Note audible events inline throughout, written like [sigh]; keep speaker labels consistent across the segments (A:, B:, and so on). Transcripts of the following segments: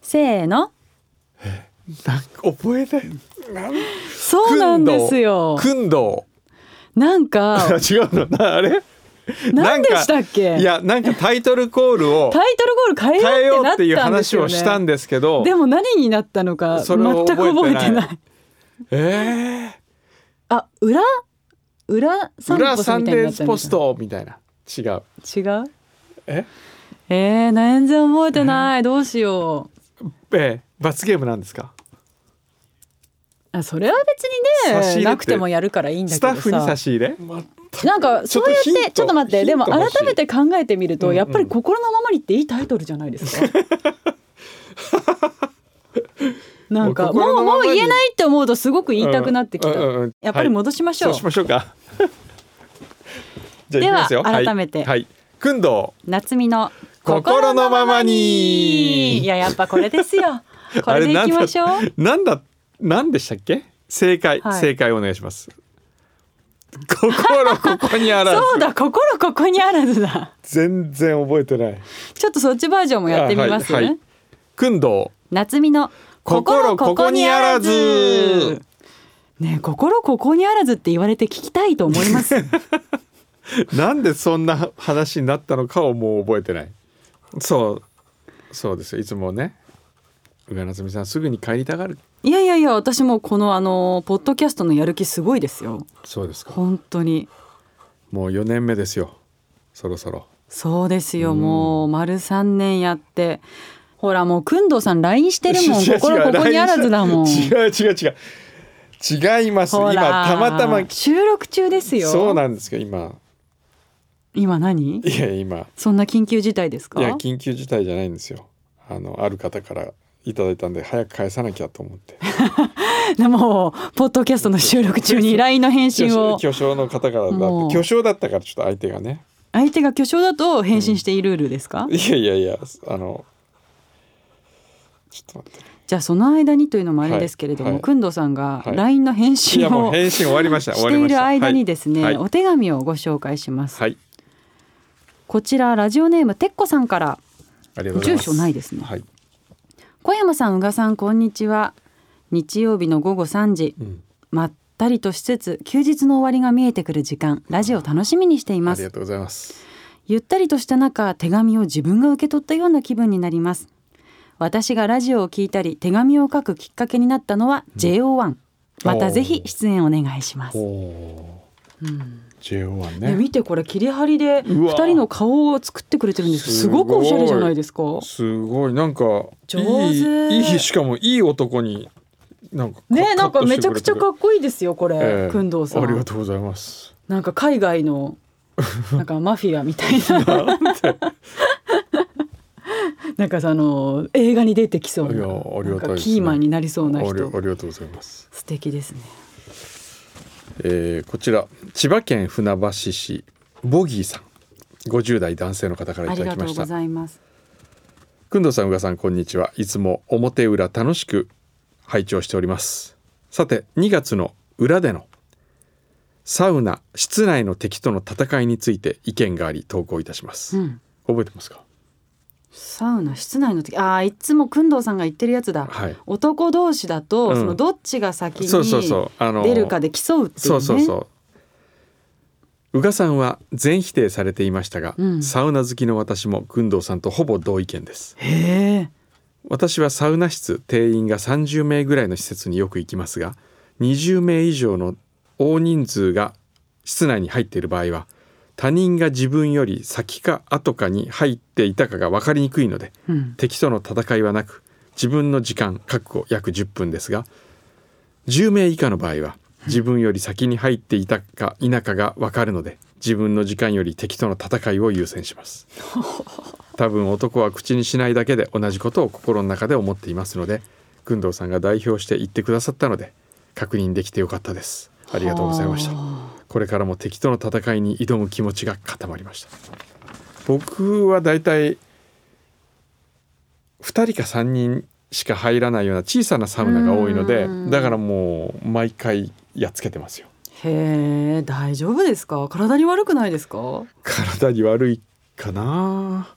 A: せーの
B: なんか覚えてなん
A: そうなんですよ
B: くんど
A: なんか
B: [laughs] 違うのなあれ
A: 何でしたっ
B: なん
A: け
B: かいやなんかタイトルコールを
A: タイトルコール
B: 変
A: 変
B: え
A: えよ
B: よ
A: うっ
B: うっててい
A: なった
B: う
A: んです
B: 話
A: よ、ね、
B: をしたんですけど
A: でも何になったのか
B: そ
A: 全
B: れ
A: く
B: を覚えてない
A: 覚えてない
B: え
A: あ裏裏
B: ー、
A: 散
B: 裏サ
A: 歩
B: ン
A: みたいに
B: デ
A: な
B: ー
A: っ
B: ス
A: たんで
B: ポ
A: す
B: ストみたいな違う
A: 違う
B: え
A: えー、全然覚えてないどうしよう
B: えー、罰ゲームなんですか
A: あそれは別に
B: 差し
A: ね
B: 入れて
A: なくてもやるからいいんだ
B: ス
A: けど
B: タ
A: さ
B: ッフに差し入れ
A: なんか
B: ち
A: そ
B: ょ
A: う
B: っと
A: やっ
B: ヒン
A: て
B: ト
A: ちょっと待って
B: ヒント
A: でも改
B: 欲しい
A: めて考えてみると、
B: うんうん
A: やっぱり心のままにっていいタイトルじゃないです
B: [laughs]
A: かなんかも
B: 心
A: う
B: のま
A: もう
B: まに
A: 言えないって思うとすごく言いたくなってきた、
B: うんうんうん
A: やっぱり戻しましょう、
B: そうしましょ
A: [laughs]
B: うかじゃあいきますよ
A: では改めて
B: はい、はい、くんど
A: 夏美の
B: 心のままに
A: いややっぱこれです
B: [laughs]
A: よこれでいきましょう
B: なんだなんでしたっけ正解、
A: はい
B: 正解お願いします心ここにあらず
A: そうだ心ここにあらずだ
B: 全然覚えてない
A: ちょっとそっちバージョンもやってみます、
B: あはいはいくんど
A: 夏美の
B: 心ここにあらず
A: ねえ心ここにあらずって言われて聞きたいと思い
B: [laughs]
A: ます
B: なんでそんな話になったのかをもう覚えてないそうそうですよいつもね上夏美さんすぐに帰りたがる
A: いやいやいや私もこのあのポッドキャストのやる気すごいですよ
B: そうですか
A: 本当に
B: もう4年目ですよそろそろ
A: そうですよ、もう丸三年やってほらもうくんどうさん LINE して
B: [laughs]
A: るもん
B: 違う違う
A: 心ここにあらずだもん
B: 違う違う違う違います
A: ほ
B: 今
A: ら
B: たまたま
A: 収録中ですよ
B: そうなんですけど今
A: 今何
B: いや今
A: そんな緊急事態ですか
B: いや緊急事態じゃないんですよあのある方からいただいたんで早く返さなきゃと
A: [laughs]
B: 思って
A: でもポッドキャストの収録中に LINE の返信を
B: 巨匠の方からだ
A: も
B: っ
A: う
B: て巨匠だったからちょっと相手がね [laughs]
A: 相手が巨匠だと返信していいルールですか、
B: いやいやいやあのちょっと待っ
A: じゃあその間にというのもあれですけれども、
B: はいはい
A: くんどうさんが
B: はい
A: LINE の返
B: てい
A: 信
B: やも
A: を
B: う返信終わりました終
A: [laughs] し
B: わり
A: てい
B: まし
A: る
B: た
A: 間にですね、
B: はいはい
A: お手紙をご紹介します、
B: はい
A: こちらラジオネームてっこさんから
B: ありがとうございます
A: 住所ないですね
B: はい、
A: 小山さん宇賀さんこんにちは日曜日の午後3時
B: うん、
A: まったりとしつつ休日の終わりが見えてくる時間ラジオ楽しみにしてい
B: あ
A: ま
B: り
A: す
B: がとうございます
A: ゆったりとした中手紙を自分が受け取ったような気分になります私がラジオを聞いたり手紙を書くきっかけになったのは JO1、またぜひ出演お願いします、
B: お
A: うん
B: ー JO1
A: ね、
B: ね
A: 見てこれ切り張りで
B: う
A: 二
B: わ
A: 人の顔を作ってくれてるんですけどす
B: すごい
A: ごくおしゃれじゃないですか
B: すごいなんか
A: 上
B: い
A: 手
B: いいいしかもいい男になんか
A: ねなんかめちゃくちゃか
B: っ
A: っこいいですよこれ、
B: ええ
A: くんどうさ
B: ありが
A: ん
B: とうございます
A: なんか海外
B: [laughs]
A: のなんかマフィアみたいな [laughs] なんかその映画に出てきそうない
B: やあり
A: なん
B: がたいですね
A: かキーマンになりそうな
B: ありあ
A: 人
B: りがとうございます、
A: 素敵ですね
B: えー、こちら千葉県船橋市ボギーさん50代男性の方から
A: あ
B: い
A: り
B: た
A: が
B: だき
A: と
B: ま
A: う
B: し
A: ご
B: た
A: ざいます
B: くんどうさんうがさんこんにちはいつも表裏楽しく拝聴しておりますさて2月の裏でのサウナ室内の敵との戦いについて意見があり投稿いたします、
A: うん
B: 覚えてますか
A: サウナ室内の時ああいつもくんどうさんが言ってるやつだ、
B: はい
A: 男同士だと、
B: うん
A: そのどっちが先
B: そうそうそ
A: に
B: うあの
A: 出るかで競うっていうね
B: そうそうそう宇賀さんは全否定されていましたが、
A: うん
B: サウナ好きの私も工藤さんとほぼ同意見です
A: へえ
B: 私はサウナ室定員が30名ぐらいの施設によく行きますが20名以上の大人数が室内に入っている場合は他人が自分より先か後かに入っていたかが分かりにくいので
A: うん
B: 敵との戦いはなく自分の時間確保約10分ですが10名以下の場合は自分より先に入っていたか否かが分かるので自分の時間より敵との戦いを優先します
A: [laughs]
B: 多分男は口にしないだけで同じことを心の中で思っていますので工藤さんが代表して言ってくださったので確認できてよかったですありがとうございました
A: は
B: これからも敵との戦いに挑む気持ちが固まりました僕はだいたい2人か3人しか入らないような小さなサウナが多いので
A: うん
B: だからもう毎回やっつけてますよ
A: あへえ大丈夫ですか体に悪くないですか
B: 体に悪いかな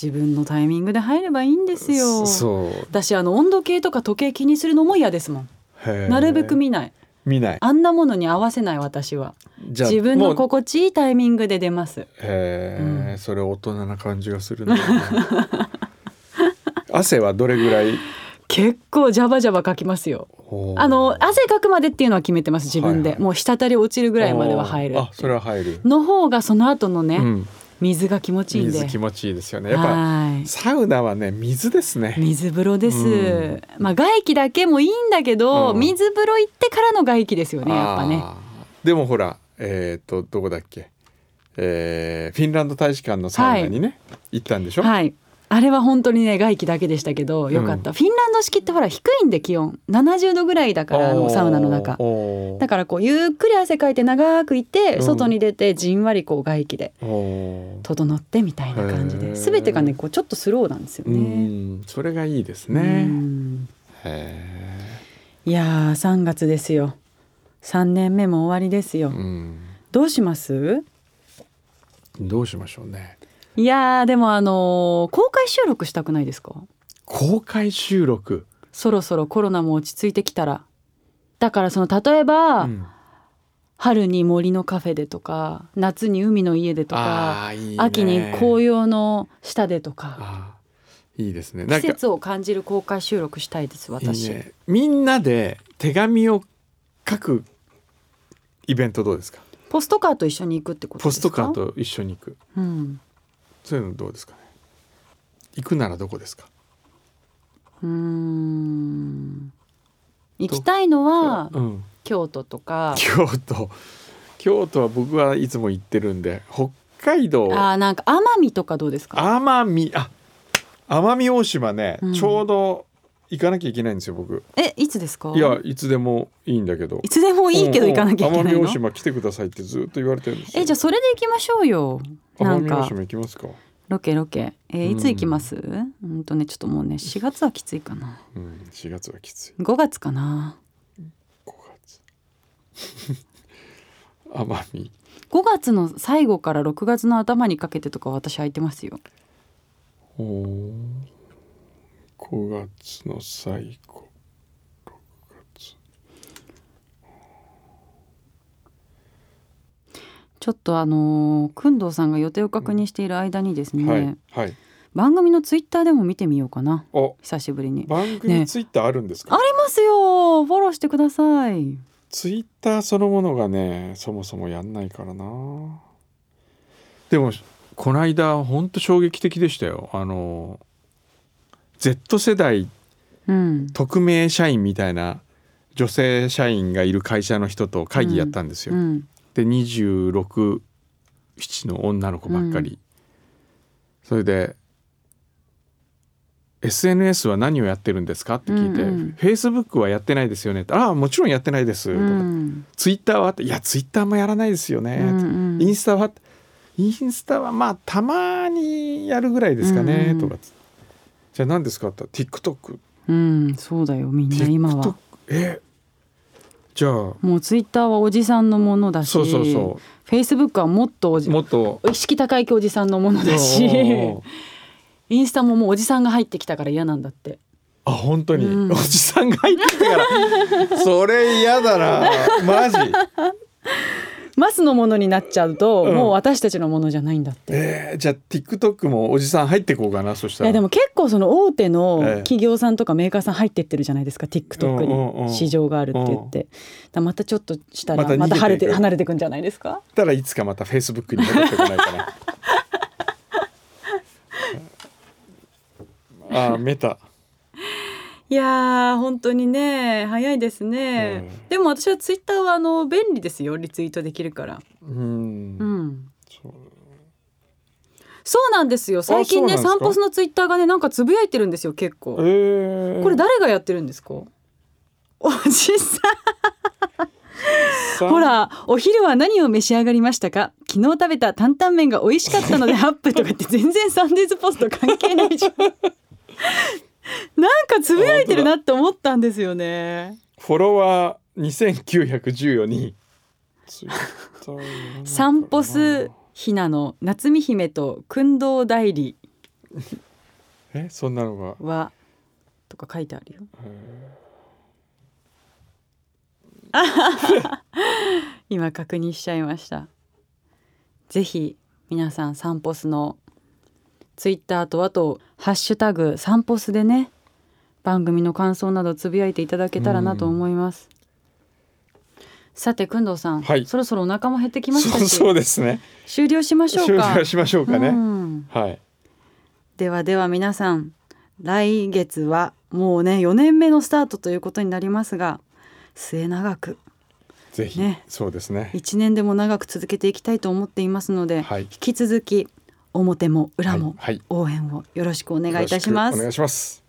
A: 自分のタイミングで入ればいいんですよ
B: そう
A: 私あの温度計とか時計気にするのも嫌ですもん
B: へー
A: なるべく見ない
B: 見ない
A: あんなものに合わせない私は
B: じゃあ
A: 自分の
B: もう
A: 心地いいタイミングで出ます
B: へえ、
A: うん
B: それ大人な感じがするな汗はどれぐらい
A: 結構ジャバジャバ書きますよ
B: お
A: [laughs]
B: ー
A: あの汗かくまでっていうのは決めてます自分で、
B: はいはい
A: もう滴り落ちるぐらいまでは入る
B: あそれは入る、
A: の方がその後のね、
B: うん、
A: 水が気持ちいいんで
B: 水気持ちいいですよねやっぱ
A: はい
B: サウナはね水ですね
A: 水風呂です、
B: うん
A: まあ外気だけもいいんだけど、
B: うん
A: 水風呂行ってからの外気ですよねやっぱね
B: あーでもほらえっ、とどこだっけえーフィンランド大使館のサウナにね、行ったんでしょ、
A: はいあれは本当にね外気だけでしたけどよかった、フィンランド式ってほら低いんで気温70度ぐらいだからあのサウナの中
B: おー
A: だからこうゆっくり汗かいて長くいて
B: うん
A: 外に出てじんわりこう外気で
B: おー
A: 整ってみたいな感じ
B: へ
A: で
B: ー
A: 全てがねこうちょっとスローなんですよ
B: う
A: ね。
B: んそれがいいです
A: う
B: ね
A: ん
B: へ
A: いやー3月ですよ3年目も終わりですよ、
B: ーうん
A: どうします
B: どうしましょうね
A: いやーでもあのー公開収録したくないですか
B: 公開収録
A: そろそろコロナも落ち着いてきたらだからその例えば、
B: うん
A: 春に森のカフェでとか夏に海の家でとか
B: あーいいね
A: 秋に紅葉の下でとか
B: あーいいですねな
A: 季
B: んか
A: 節を感じる公開収録したいです私
B: いいねみんなで手紙を書くイベントどうですか
A: ポストカーと一緒に行くってこと
B: ポ
A: で
B: ス
A: すか
B: トカー、と一緒に行く
A: うん、
B: そういうのどうですかね行くならどこですか
A: うーん行きたいのは
B: うん、
A: 京都とか
B: 京都京都は僕はいつも行ってるんで北海道
A: あーなんか奄美とかどうですか
B: 奄美あ奄美大島ね、
A: うん
B: ちょうど行かなきゃいけないんですよ僕
A: えいつですか
B: いやいつでもいいんだけど
A: いつでもいいけど行かなきゃいけない
B: うんうん奄美
A: の
B: 大島来てくださいってずっと言われてるんですよ
A: えじゃあそれで行きましょうよな
B: 奄
A: ん
B: 美大
A: か
B: 島行きますか、
A: ロケロケえー
B: うん
A: いつ行きますうんとねちょっともうね4月はきついかな
B: うん、4月はきつい
A: 5月かな
B: 5月 [laughs] 奄美
A: 5月の最後から6月の頭にかけてとか私空いてますよ
B: おー5月の最後6
A: ちょっとあのー、くんどうさんが予定を確認している間にです
B: 月
A: ね、
B: はいはい
A: 番組のツイッターでも見てみようかな
B: お
A: 久しぶりに
B: 番
A: ね
B: 組ツイッターあるんですか、
A: ありますよフォローしてください
B: ツイッターそのものがねそもそもやんないからなでもこの間ほんと衝撃的でしたよあの Z 世代
A: うん
B: 匿名社員みたいな女性社員がいる会社の人と会議やったんですよ、
A: うん
B: で267の女の子ばっかり、それで「SNS は何をやってるんですか?」って聞いて
A: うんうん
B: 「Facebook はやってないですよね」って「ああもちろんやってないです」
A: う
B: とか
A: ん
B: 「Twitter は?」って「いや Twitter もやらないですよ
A: う
B: ね」
A: ん
B: インスタは?」インスタはまあたまにやるぐらいですかね」
A: うんうん
B: とかっつって「じゃあ何ですか?」って言ったら TikTok」
A: うんそうだよみんな今は
B: TikTok えじゃあ
A: もうツイッターはおじさんのものだし
B: そうそうそ
A: フェイスブックはもっとおじ
B: うもっと
A: 意識高い系おじさんのものだし
B: おー
A: インスタももうおじさんが入ってきたから嫌なんだって
B: あ本当に、
A: うん
B: おじさんが入ってきたから
A: [laughs]
B: それ嫌だなマジ
A: マスのものになっちゃうと、
B: うん
A: もう私たちのものじゃないんだって、
B: えー、じゃあ TikTok もおじさん入ってこうかなそした
A: い
B: ら
A: やでも結構その大手の
B: ええ
A: 企業さんとかメーカーさん入ってってるじゃないですか TikTok
B: うんうんうん
A: に市場があるって言ってだからまたちょっとしたら
B: また逃げ
A: ま
B: てい
A: た
B: く
A: 離れて離れてくんじゃないですか
B: たらいつかまた Facebook に戻ってこないかな
A: [laughs]
B: あーメタ
A: いやー本当にね早いです
B: ねうん
A: でも私はツイッターはあの便利ですよリツイートできるから
B: うん、
A: うん
B: そう
A: そうなんですよ最近ね
B: そうな
A: 散
B: んですか
A: 歩のツイッターがねなんかつぶやいてるんですよ結構
B: えー、
A: これ誰がやってるんですかおじさ
B: さ
A: んほらお昼は何を召し上がりましたか昨日食べた担々麺が美味しかったのでアップとかって全然サンデーズポスト関係ないじゃんなんかつぶやいてるなって思ったんですよね
B: フォロワー2914人 Twitter
A: 散歩スひなの夏美姫と薫堂代理
B: えそんなのが
A: はとか書いてあるよ。今確認しちゃいました。ぜひ皆さん散ポスのツイッターとあとハッシュタグ散ポスでね番組の感想などつぶやいていただけたらなと思います。さて、くんどうさん、
B: はい
A: そろそろお腹も減ってきました
B: そう
A: し、
B: そうですね
A: 終了しましょ
B: 終
A: うか。
B: 了しましょうかね、
A: うん
B: はい
A: ではでは皆さん来月はもうね4年目のスタートということになりますが末永く
B: ぜひ、
A: ね
B: そうですね
A: 1年でも長く続けていきたいと思っていますので、
B: はい
A: 引き続き表も裏も
B: はいはい
A: 応援をよろしくお願いいたしま
B: よろくお
A: す
B: 願いします